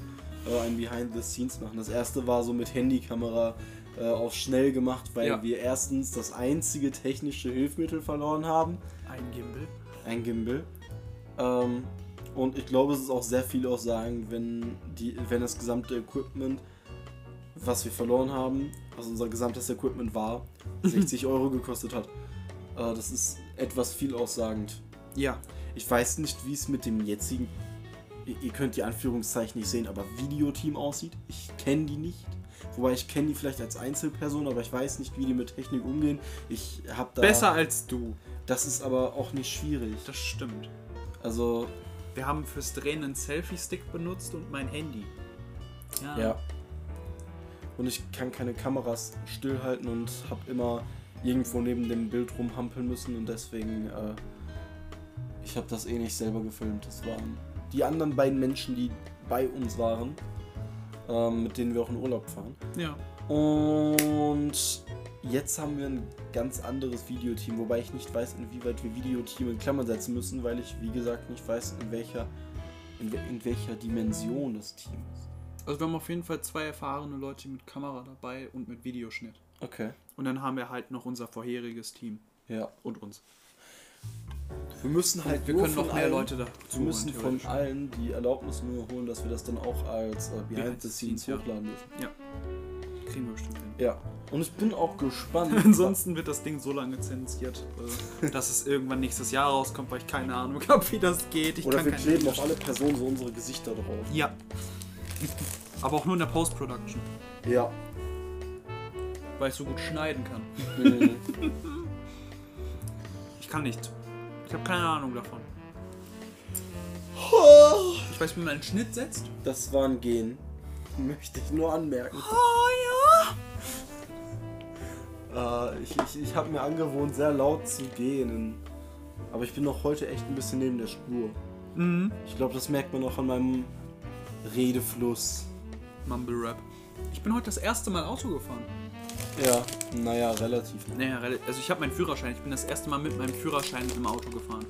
C: ein Behind the Scenes machen. Das erste war so mit Handykamera äh, auf schnell gemacht, weil
B: Ja.
C: wir erstens das einzige technische Hilfsmittel verloren haben,
B: Ein Gimbal.
C: ein Gimbal. Ähm, und ich glaube, es ist auch sehr viel aussagen, wenn, die, wenn das gesamte Equipment, was wir verloren haben, was unser gesamtes Equipment war, 60 Euro gekostet hat. Äh, das ist etwas viel aussagend.
B: Ja.
C: Ich weiß nicht, wie es mit dem jetzigen, ihr, ihr könnt die Anführungszeichen nicht sehen, aber Videoteam aussieht. Ich kenne die nicht. Wobei ich kenne die vielleicht als Einzelperson, aber ich weiß nicht, wie die mit Technik umgehen. Ich habe da.
B: Besser als du.
C: Das ist aber auch nicht schwierig.
B: Das stimmt.
C: Also
B: Wir haben fürs Drehen einen Selfie-Stick benutzt und mein Handy.
C: Ja. Ah. Und ich kann keine Kameras stillhalten und habe immer irgendwo neben dem Bild rumhampeln müssen und deswegen, äh, ich habe das eh nicht selber gefilmt. Das waren die anderen beiden Menschen, die bei uns waren, ähm, mit denen wir auch in Urlaub fahren.
B: Ja.
C: Und jetzt haben wir ein ganz anderes Videoteam, wobei ich nicht weiß, inwieweit wir Videoteam in Klammern setzen müssen, weil ich, wie gesagt, nicht weiß, in welcher, in, wel- in welcher Dimension das Team ist.
B: Also wir haben auf jeden Fall zwei erfahrene Leute mit Kamera dabei und mit Videoschnitt.
C: Okay.
B: Und dann haben wir halt noch unser vorheriges Team
C: Ja.
B: und uns.
C: Wir müssen halt
B: Wir
C: nur
B: können
C: von
B: noch mehr
C: allen,
B: Leute da
C: Wir müssen von
B: theoretisch.
C: allen die Erlaubnis nur holen, dass wir das dann auch als äh, Behind the Scenes
B: ja.
C: hochladen dürfen.
B: Kriegen wir bestimmt hin.
C: Ja. Und ich bin auch gespannt.
B: Ansonsten wird das Ding so lange zensiert, äh, dass es irgendwann nächstes Jahr rauskommt, weil ich keine Ahnung habe, wie das geht. Ich
C: Oder
B: kann
C: wir
B: keine-
C: kleben auf alle Personen so unsere Gesichter drauf.
B: Ja. Aber auch nur in der Post-Production,
C: Ja.
B: weil ich so gut schneiden kann.
C: Mhm.
B: Ich kann nicht. Ich habe keine Ahnung davon. Ich weiß, wie man einen Schnitt setzt.
C: das war ein Gen. Möchte ich nur anmerken.
B: Oh
C: Äh, ich ich, ich habe mir angewohnt, sehr laut zu gähnen. Aber ich bin noch heute echt ein bisschen neben der Spur.
B: ja. Mhm.
C: Ich glaube, das merkt man auch an meinem Redefluss.
B: Mumble Rap. Ich bin heute das erste Mal Auto gefahren.
C: Ja, naja, relativ.
B: Naja, rel- also ich habe meinen Führerschein. Ich bin das erste Mal mit meinem Führerschein im Auto gefahren.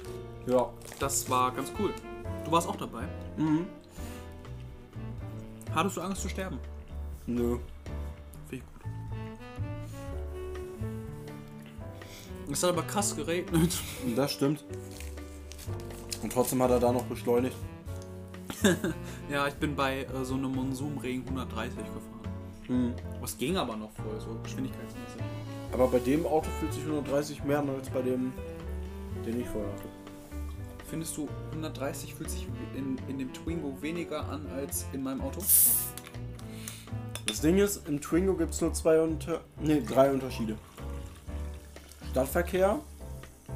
C: Ja.
B: Das war ganz cool. Du warst auch dabei.
C: Mhm.
B: Hattest du Angst zu sterben?
C: Nö.
B: Finde ich gut. Es hat aber krass geregnet.
C: Das stimmt. Und trotzdem hat er da noch beschleunigt.
B: Ja, ich bin bei äh, so einem Monsunregen 130 gefahren.
C: Mhm.
B: Was ging aber noch voll, so geschwindigkeitsmäßig.
C: Aber bei dem Auto fühlt sich 130 mehr an als bei dem, den ich vorher hatte.
B: Findest du 130 fühlt sich in, in dem Twingo weniger an als in meinem Auto?
C: Das Ding ist, im Twingo gibt es nur zwei unter nee, drei Unterschiede. Stadtverkehr,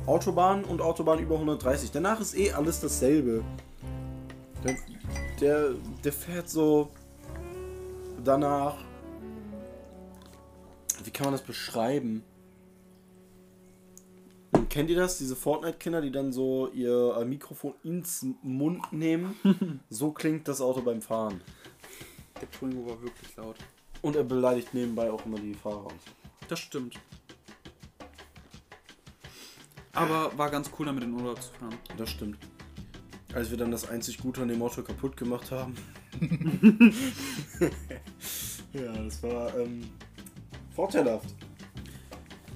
C: Autobahn und Autobahn über 130. Danach ist eh alles dasselbe. Der, der, der fährt so danach. Wie kann man das beschreiben? Kennt ihr das? Diese Fortnite-Kinder, die dann so ihr äh, Mikrofon ins Mund nehmen? so klingt das Auto beim Fahren.
B: Der Twingo war wirklich laut.
C: Und er beleidigt nebenbei auch immer die Fahrer und so.
B: Das stimmt. Aber war ganz cool, damit in Urlaub zu fahren.
C: Das stimmt. Als wir dann das einzig Gute an dem Auto kaputt gemacht haben. ja, das war ähm, vorteilhaft.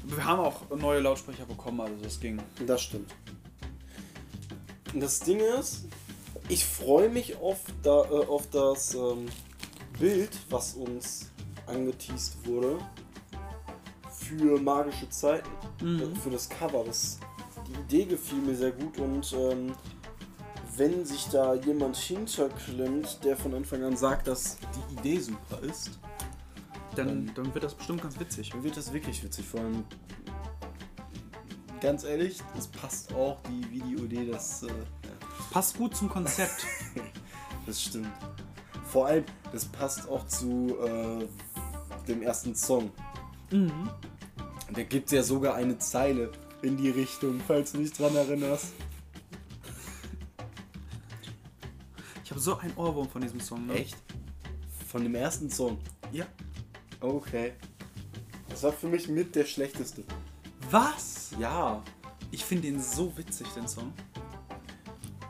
B: Wir haben auch neue Lautsprecher bekommen, also das ging.
C: Das stimmt. Das Ding ist, ich freue mich auf, da, äh, auf das ähm, Bild, was uns angeteased wurde für magische Zeiten, äh, für das Cover. Das, die Idee gefiel mir sehr gut und ähm, wenn sich da jemand hinterklemmt, der von Anfang an sagt, dass die Idee super ist,
B: Dann, dann wird das bestimmt ganz witzig.
C: dann wird das wirklich witzig. Vor allem, ganz ehrlich, es passt auch die Videoidee, das, äh,
B: Passt gut zum Konzept.
C: das stimmt. Vor allem, das passt auch zu äh, dem ersten Song.
B: mhm.
C: Und da gibt es ja sogar eine Zeile in die Richtung, falls du dich dran erinnerst.
B: Ich habe so einen Ohrwurm von diesem Song. Ne?
C: Von dem ersten Song.
B: Ja.
C: Okay. Das war für mich mit der schlechteste.
B: Was?
C: Ja.
B: Ich finde ihn so witzig, den Song.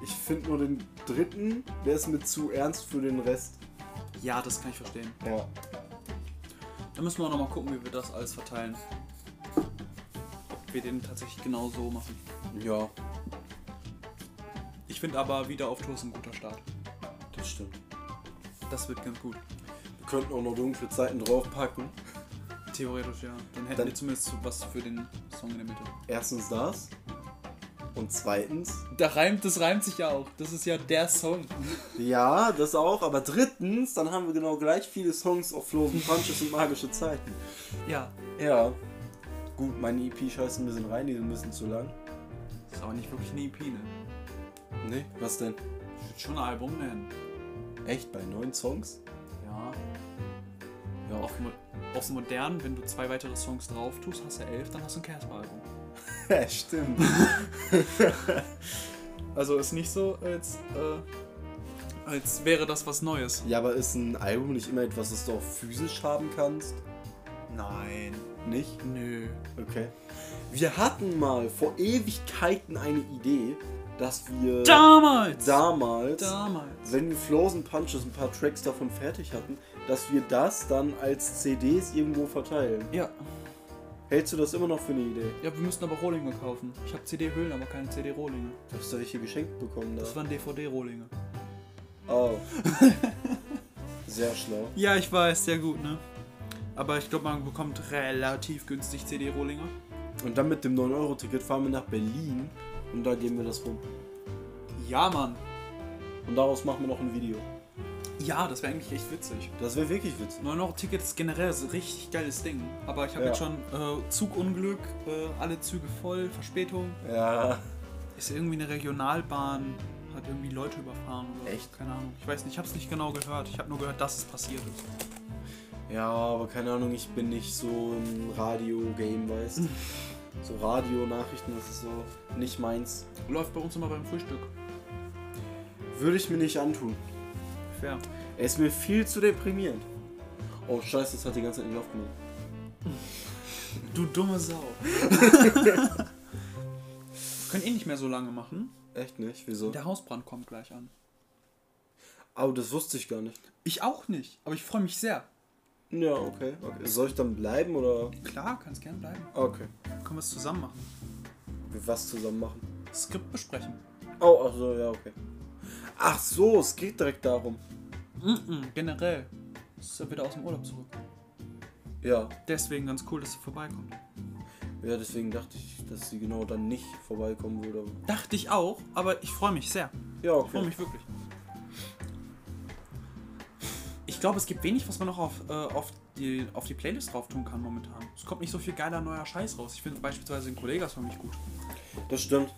C: Ich finde nur den dritten, der ist mir zu ernst für den Rest.
B: Ja, das kann ich verstehen.
C: Ja.
B: Dann müssen wir auch nochmal gucken, wie wir das alles verteilen. Ob wir den tatsächlich genau so machen.
C: Ja,
B: Ich finde aber wieder auf Tour ist ein guter Start.
C: das stimmt.
B: Das wird ganz gut.
C: Wir könnten auch noch dunkle Zeiten draufpacken.
B: Theoretisch ja. Dann hätten
C: Dann-
B: wir zumindest was für den Song in der Mitte.
C: Erstens das. Und zweitens.
B: Da reimt, das reimt sich ja auch. Das ist ja der Song.
C: Ja, das auch. Aber drittens, dann haben wir genau gleich viele Songs auf Flosen Punches und magische Zeiten.
B: Ja.
C: Ja. Gut, meine EP scheißt ein bisschen rein, die sind ein bisschen zu lang.
B: Das ist aber nicht wirklich eine EP, ne?
C: Nee, was denn?
B: Ich würde schon ein Album nennen.
C: Echt? Bei neun Songs?
B: Ja. Ja, auf, mo- auf modern, wenn du zwei weitere Songs drauf tust, hast du elf, dann hast du ein Casper-Album.
C: Ja, stimmt.
B: Also ist nicht so, als, äh, als wäre das was Neues.
C: ja, aber ist ein Album nicht immer etwas, das du auch physisch haben kannst?
B: Nein.
C: Nicht?
B: Nö.
C: Okay. Wir hatten mal vor Ewigkeiten eine Idee, dass wir
B: Damals!
C: damals
B: Damals.
C: wenn wir Flows and Punches ein paar Tracks davon fertig hatten, dass wir das dann als CDs irgendwo verteilen.
B: Ja.
C: Hältst du das immer noch für eine Idee?
B: Ja, wir müssen aber Rohlinge kaufen. Ich habe CD-Hüllen, aber keine CD-Rohlinge.
C: Du hast ja welche geschenkt bekommen da.
B: Das waren DVD-Rohlinge.
C: Oh. Sehr schlau.
B: Ja, ich weiß, sehr gut, ne? Aber ich glaube, man bekommt relativ günstig CD-Rohlinge.
C: Und dann mit dem 9-Euro-Ticket fahren wir nach Berlin und da geben wir das rum.
B: Ja, Mann.
C: Und daraus machen wir noch ein Video.
B: Ja, das wäre eigentlich echt witzig.
C: Das wäre wirklich witzig.
B: 9 Euro Ticket ist generell so ein richtig geiles Ding. Aber ich habe
C: Ja.
B: jetzt schon äh, Zugunglück, äh, alle Züge voll, Verspätung.
C: Ja.
B: Ist irgendwie eine Regionalbahn, hat irgendwie Leute überfahren oder so.
C: Echt?
B: Keine Ahnung. Ich weiß nicht, ich habe es nicht genau gehört. Ich habe nur gehört, dass es passiert ist.
C: Ja, aber keine Ahnung, ich bin nicht so im Radio-Game, weißt du. So Radio-Nachrichten, das ist so nicht meins.
B: Läuft bei uns immer beim Frühstück.
C: Würde ich mir nicht antun.
B: Fair.
C: Er ist mir viel zu deprimierend. Oh scheiße, das hat die ganze Zeit in die Luft gemacht.
B: Du dumme Sau. Wir können eh nicht mehr so lange machen.
C: Echt nicht? Wieso?
B: Der Hausbrand kommt gleich an.
C: Aber das wusste ich gar nicht.
B: Ich auch nicht, aber ich freue mich sehr.
C: Ja, okay. okay. Soll ich dann bleiben oder?
B: Klar, kannst gern bleiben.
C: Okay.
B: Können wir es zusammen machen.
C: Wir was zusammen machen.
B: Skript besprechen.
C: Oh, ach so, ja, okay. Ach so, es geht direkt darum.
B: Mhm, generell. Ist ja wieder aus dem Urlaub zurück.
C: Ja.
B: Deswegen ganz cool, dass sie vorbeikommt.
C: Ja, deswegen dachte ich, dass sie genau dann nicht vorbeikommen würde. aber-
B: Dachte ich auch, aber ich freue mich sehr.
C: Ja,
B: Ich freue
C: okay.
B: mich wirklich. Ich glaube, es gibt wenig, was man noch auf, äh, auf, die, auf die Playlist drauf tun kann momentan. Es kommt nicht so viel geiler neuer Scheiß raus. Ich finde beispielsweise den Kollegas von mich gut.
C: Das stimmt.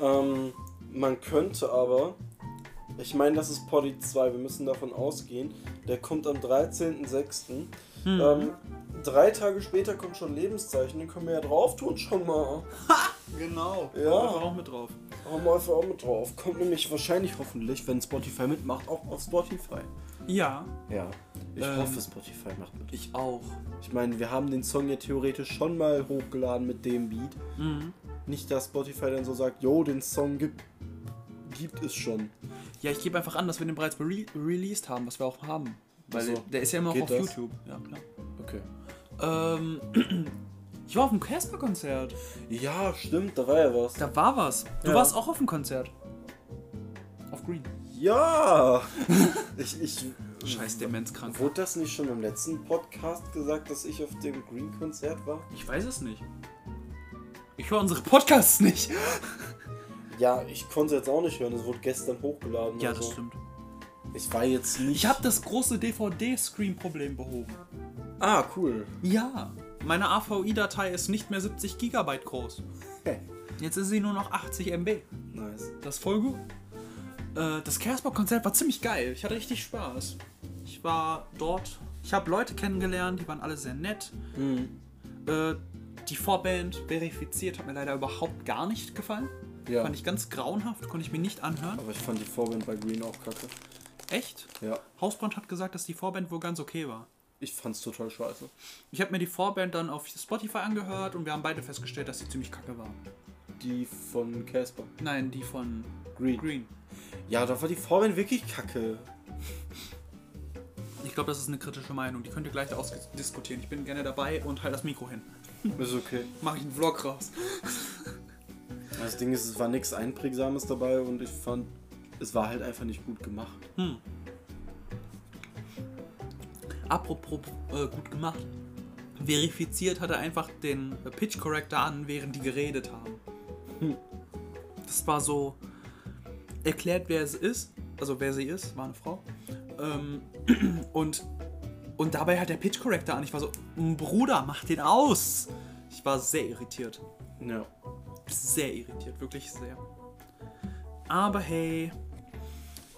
C: Ähm, man könnte aber. Ich meine, das ist Poddy 2, wir müssen davon ausgehen. Der kommt am 13.06. Ähm, drei Tage später kommt schon Lebenszeichen, den können wir ja drauf tun schon mal.
B: Genau.
C: Ja.
B: Ja. Einfach auch mit drauf.
C: Haben wir einfach auch mit drauf. Kommt nämlich wahrscheinlich hoffentlich, wenn Spotify mitmacht, auch auf Spotify.
B: Ja.
C: Ja. Ich
B: Ähm.
C: hoffe, Spotify macht mit.
B: Ich auch.
C: Ich meine, wir haben den Song ja theoretisch schon mal hochgeladen mit dem Beat.
B: Mhm.
C: Nicht, dass Spotify dann so sagt, jo, den Song gibt, gibt es schon.
B: Ja, ich gebe einfach an, dass wir den bereits re released haben, was wir auch haben. Weil
C: Ach so.
B: der ist ja immer noch
C: Geht
B: auf
C: das?
B: YouTube. Ja, klar.
C: Okay.
B: Ähm, ich war auf dem Casper-Konzert.
C: Ja, stimmt, da war ja was.
B: Da war was. Du
C: Ja.
B: warst auch auf dem Konzert. Auf Green.
C: Ja! ich, ich.
B: Scheiß Demenzkrank.
C: Wurde das nicht schon im letzten Podcast gesagt, dass ich auf dem Green-Konzert war?
B: Ich weiß es nicht. Ich höre unsere Podcasts nicht.
C: Ja, ich konnte es jetzt auch nicht hören, es wurde gestern hochgeladen.
B: Ja,
C: oder
B: das
C: so.
B: stimmt.
C: Ich war jetzt nicht.
B: Ich habe das große DVD-Screen-Problem behoben.
C: Ah, cool.
B: Ja. Meine AVI-Datei ist nicht mehr 70 GB groß.
C: Hey.
B: Jetzt ist sie nur noch 80 MB.
C: Nice.
B: Das ist voll gut. Äh, das Casper-Konzert war ziemlich geil. Ich hatte richtig Spaß. Ich war dort. Ich habe Leute kennengelernt, die waren alle sehr nett. Äh, die Vorband verifiziert hat mir leider überhaupt gar nicht gefallen.
C: Ja.
B: Fand ich ganz grauenhaft, konnte ich mir nicht anhören.
C: Aber ich fand die Vorband bei Green auch kacke.
B: Echt?
C: Ja.
B: Hausbrand hat gesagt, dass die Vorband wohl ganz okay war.
C: Ich fand's total scheiße.
B: Ich habe mir die Vorband dann auf Spotify angehört und wir haben beide festgestellt, dass sie ziemlich kacke war.
C: Die von Casper.
B: Nein, die von
C: Green.
B: Green.
C: Ja, da war die Vorband wirklich kacke.
B: Ich glaube, das ist eine kritische Meinung. Die könnt ihr gleich ausdiskutieren. Ich bin gerne dabei und halt das Mikro hin.
C: Ist okay.
B: Mache ich einen Vlog raus.
C: Das Ding ist, es war nichts Einprägsames dabei und ich fand, es war halt einfach nicht gut gemacht.
B: Apropos äh, gut gemacht. Verifiziert hat er einfach den äh, Pitch Corrector an, während die geredet haben. Das war so erklärt, wer es ist, also wer sie ist, war eine Frau. Ähm, und, und dabei hat der Pitch Corrector an. Ich war so, "M, Bruder, mach den aus. Ich war sehr irritiert.
C: Ja.
B: Sehr irritiert, wirklich sehr. Aber hey,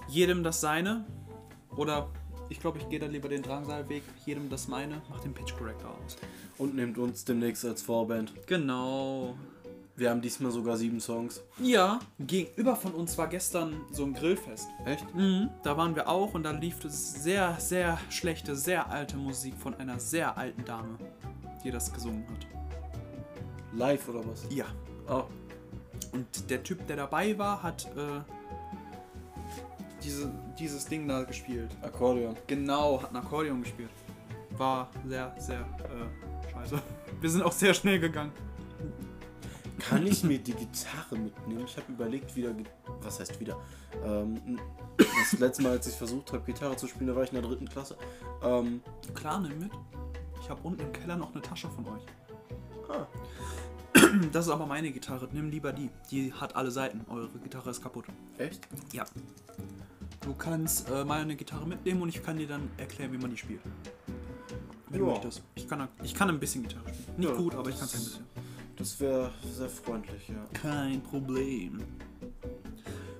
B: jedem das seine. Oder ich glaube, ich gehe da lieber den Drangsalweg. Jedem das meine, macht den Pitch Corrector aus.
C: Und nehmt uns demnächst als Vorband.
B: Genau.
C: Wir haben diesmal sogar sieben Songs.
B: Ja, gegenüber von uns war gestern so ein Grillfest.
C: Echt?
B: Mhm, da waren wir auch und da lief es sehr, sehr schlechte, sehr alte Musik von einer sehr alten Dame, die das gesungen hat.
C: Live oder was?
B: Ja.
C: Ah.
B: Oh. Und der Typ, der dabei war, hat äh, diese, dieses Ding da gespielt.
C: Akkordeon.
B: Genau, hat ein Akkordeon gespielt. War sehr, sehr äh, scheiße. Wir sind auch sehr schnell gegangen.
C: Kann ich mir die Gitarre mitnehmen? Ich habe überlegt, wieder. Gi- Was heißt wieder? Ähm, das letzte Mal, als ich versucht habe, Gitarre zu spielen, da war ich in der dritten Klasse. Ähm,
B: Klar, nimm mit. Ich habe unten im Keller noch eine Tasche von euch. Hm,
C: ah.
B: Das ist aber meine Gitarre. Nimm lieber die. Die hat alle Seiten. Eure Gitarre ist kaputt.
C: Echt?
B: Ja. Du kannst äh, meine Gitarre mitnehmen und ich kann dir dann erklären, wie man die spielt. Wenn du
C: Ja.
B: möchtest. Ich kann, ich kann ein bisschen Gitarre spielen. Nicht
C: Ja,
B: gut, aber ich kann es ein
C: das-
B: bisschen.
C: Das wäre sehr freundlich, ja.
B: Kein Problem.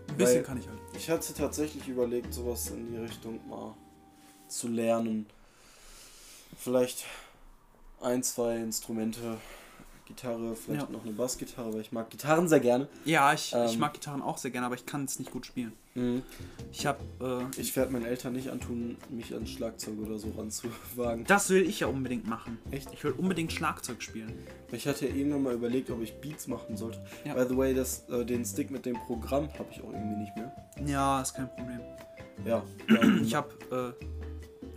B: Ein bisschen
C: Weil-
B: kann ich halt.
C: Ich hatte tatsächlich überlegt, sowas in die Richtung mal zu lernen. Vielleicht ein, zwei Instrumente Gitarre, vielleicht
B: Ja.
C: noch eine Bassgitarre, weil ich mag Gitarren sehr gerne.
B: Ja, ich, ich
C: Ähm.
B: mag Gitarren auch sehr gerne, aber ich kann es nicht gut spielen.
C: Mhm.
B: Ich habe, äh,
C: Ich werde meinen Eltern nicht antun, mich an Schlagzeug oder so ranzuwagen.
B: das will ich ja unbedingt machen.
C: Echt?
B: Ich will unbedingt Schlagzeug spielen.
C: Ich hatte ja irgendwann mal überlegt, ob ich Beats machen sollte.
B: Ja.
C: By the way, das, äh, den Stick mit dem Programm habe ich auch irgendwie nicht mehr.
B: Ja, ist kein Problem.
C: Ja.
B: Ich habe, äh,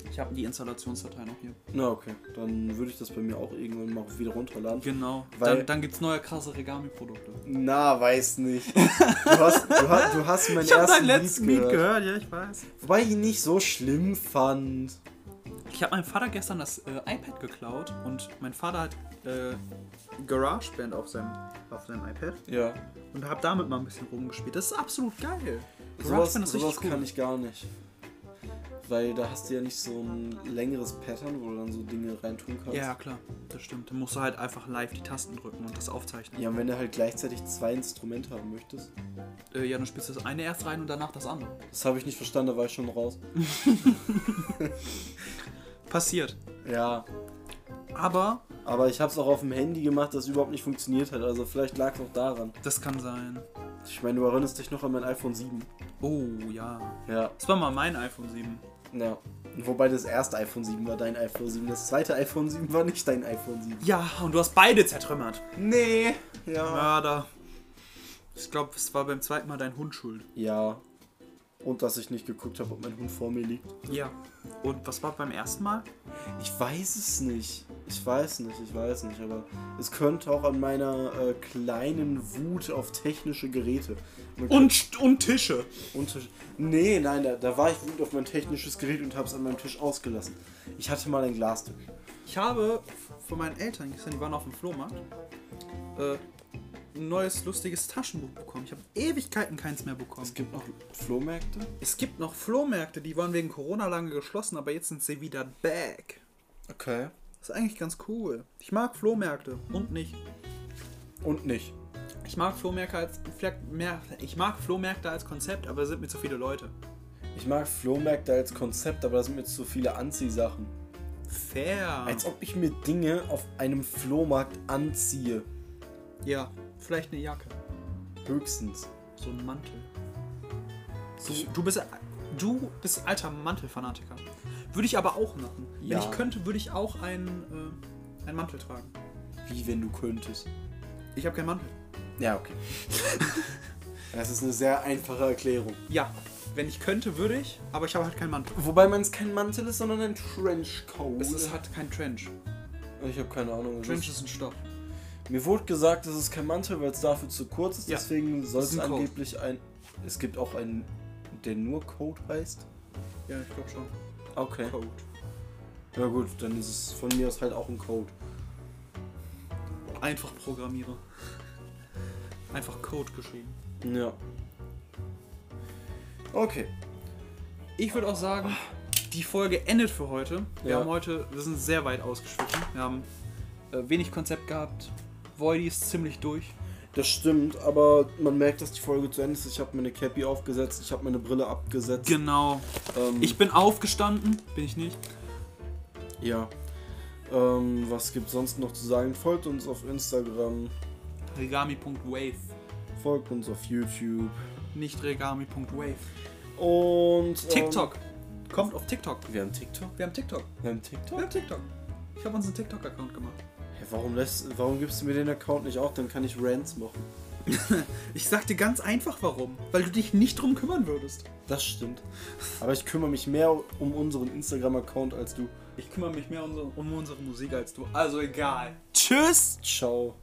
B: ich habe die Installationsdatei noch hier.
C: Na okay, dann würde ich das bei mir auch irgendwann mal wieder runterladen.
B: Genau.
C: Weil-
B: dann dann gibt's neue krasse Regami-Produkte.
C: Na, weiß nicht. Du hast, du hast, du hast mein erstes
B: ja, ich weiß.
C: Wobei ich ihn nicht so schlimm fand.
B: Ich habe meinem Vater gestern das äh, iPad geklaut und mein Vater hat äh, GarageBand auf seinem, auf seinem iPad
C: Ja.
B: und habe damit mal ein bisschen rumgespielt. Das ist absolut geil.
C: Sowas,
B: GarageBand ist
C: sowas
B: richtig cool.
C: kann ich gar nicht. Weil da hast du ja nicht so ein längeres Pattern, wo du dann so Dinge reintun kannst.
B: ja, klar, das stimmt. Dann musst du halt einfach live die Tasten drücken und das aufzeichnen.
C: Ja, und wenn du halt gleichzeitig zwei Instrumente haben möchtest.
B: Äh, ja, dann spielst du das eine erst rein und danach das andere.
C: Das habe ich nicht verstanden, da war ich schon raus.
B: Passiert.
C: Ja.
B: Aber
C: Aber ich habe es auch auf dem Handy gemacht, das überhaupt nicht funktioniert hat. Also vielleicht lag es auch daran.
B: das kann sein.
C: Ich meine, du erinnerst dich noch an mein iPhone 7.
B: Oh ja.
C: Ja.
B: Das war mal mein iPhone 7.
C: Ja. Wobei das erste iPhone 7 war dein iPhone 7, das zweite iPhone 7 war nicht dein iPhone 7.
B: Ja, und du hast beide zertrümmert.
C: Nee. Ja.
B: Mörder. Ich glaube, es war beim zweiten Mal dein Hund schuld.
C: Ja. Und dass ich nicht geguckt habe, ob mein Hund vor mir liegt.
B: Ja. Und was war beim ersten Mal?
C: Ich weiß es nicht. Ich weiß nicht, ich weiß nicht, aber es könnte auch an meiner äh, kleinen Wut auf technische Geräte. Man kann-
B: Und, und Tische.
C: Unterschied. Nee, nein, da, da war ich wütend auf mein technisches Gerät und hab's an meinem Tisch ausgelassen. Ich hatte mal ein Glastisch.
B: Ich habe von meinen Eltern gestern, die waren auf dem Flohmarkt, äh, ein neues lustiges Taschenbuch bekommen. Ich habe Ewigkeiten keins mehr bekommen.
C: Es gibt noch Flohmärkte?
B: Es gibt noch Flohmärkte, die waren wegen Corona lange geschlossen, aber jetzt sind sie wieder back.
C: Okay.
B: Das ist eigentlich ganz cool. Ich mag Flohmärkte und nicht.
C: Und nicht.
B: Ich mag Flohmärkte als vielleicht mehr, ich mag Flohmärkte als Konzept, aber es sind mir zu viele Leute.
C: Ich mag Flohmärkte als Konzept, aber da sind mir zu viele Anziehsachen.
B: Fair.
C: Als ob ich mir Dinge auf einem Flohmarkt anziehe.
B: ja, vielleicht eine Jacke,
C: Höchstens.
B: so ein Mantel. Du, du bist du bist alter Mantelfanatiker. Würde ich aber auch machen.
C: Ja.
B: Wenn ich könnte, würde ich auch einen, äh, einen Mantel tragen.
C: Wie wenn du könntest.
B: Ich habe keinen Mantel.
C: Ja, okay. das ist eine sehr einfache Erklärung.
B: Ja, wenn ich könnte, würde ich, aber ich habe halt keinen Mantel.
C: Wobei man es kein Mantel ist, sondern ein Trenchcoat.
B: Es ist halt kein Trench.
C: ich habe keine Ahnung. es
B: Trench ist ein Stoff.
C: Mir wurde gesagt, es ist kein Mantel, weil es dafür zu kurz ist.
B: Ja.
C: Deswegen soll
B: Das ist
C: es
B: ein Coat.
C: angeblich ein. Es gibt auch einen, der nur Code heißt.
B: Ja, ich glaube schon.
C: Okay.
B: Coat.
C: Ja gut, dann ist es von mir aus halt auch ein Code.
B: Einfach programmiere. Einfach Code geschrieben.
C: Ja. Okay.
B: Ich würde auch sagen, die Folge endet für heute. Wir
C: Ja.
B: haben heute, wir sind sehr weit ausgeschwitten. Wir haben äh, wenig Konzept gehabt. Voidy ist ziemlich durch.
C: Das stimmt, aber man merkt, dass die Folge zu Ende ist. Ich habe meine Cappy aufgesetzt, ich habe meine Brille abgesetzt.
B: Genau.
C: Ähm,
B: Ich bin aufgestanden, bin ich nicht.
C: ja. Ähm, was gibt's sonst noch zu sagen? Folgt uns auf Instagram,
B: Regami.wave.
C: folgt uns auf YouTube
B: Nicht regami.wave.
C: und ähm,
B: TikTok. Kommt auf TikTok.
C: Wir haben TikTok.
B: Wir haben TikTok.
C: Wir haben TikTok.
B: Wir haben TikTok. Ich habe uns einen TikTok-Account gemacht.
C: Hey, warum, lässt, warum gibst du mir den Account nicht auf? Dann kann ich Rants machen.
B: Ich sag dir ganz einfach warum. Weil du dich nicht drum kümmern würdest.
C: Das stimmt. Aber ich kümmere mich mehr um unseren Instagram-Account als du.
B: Ich kümmere mich mehr um, um unsere Musik als du. Also egal. Tschüss!
C: Ciao.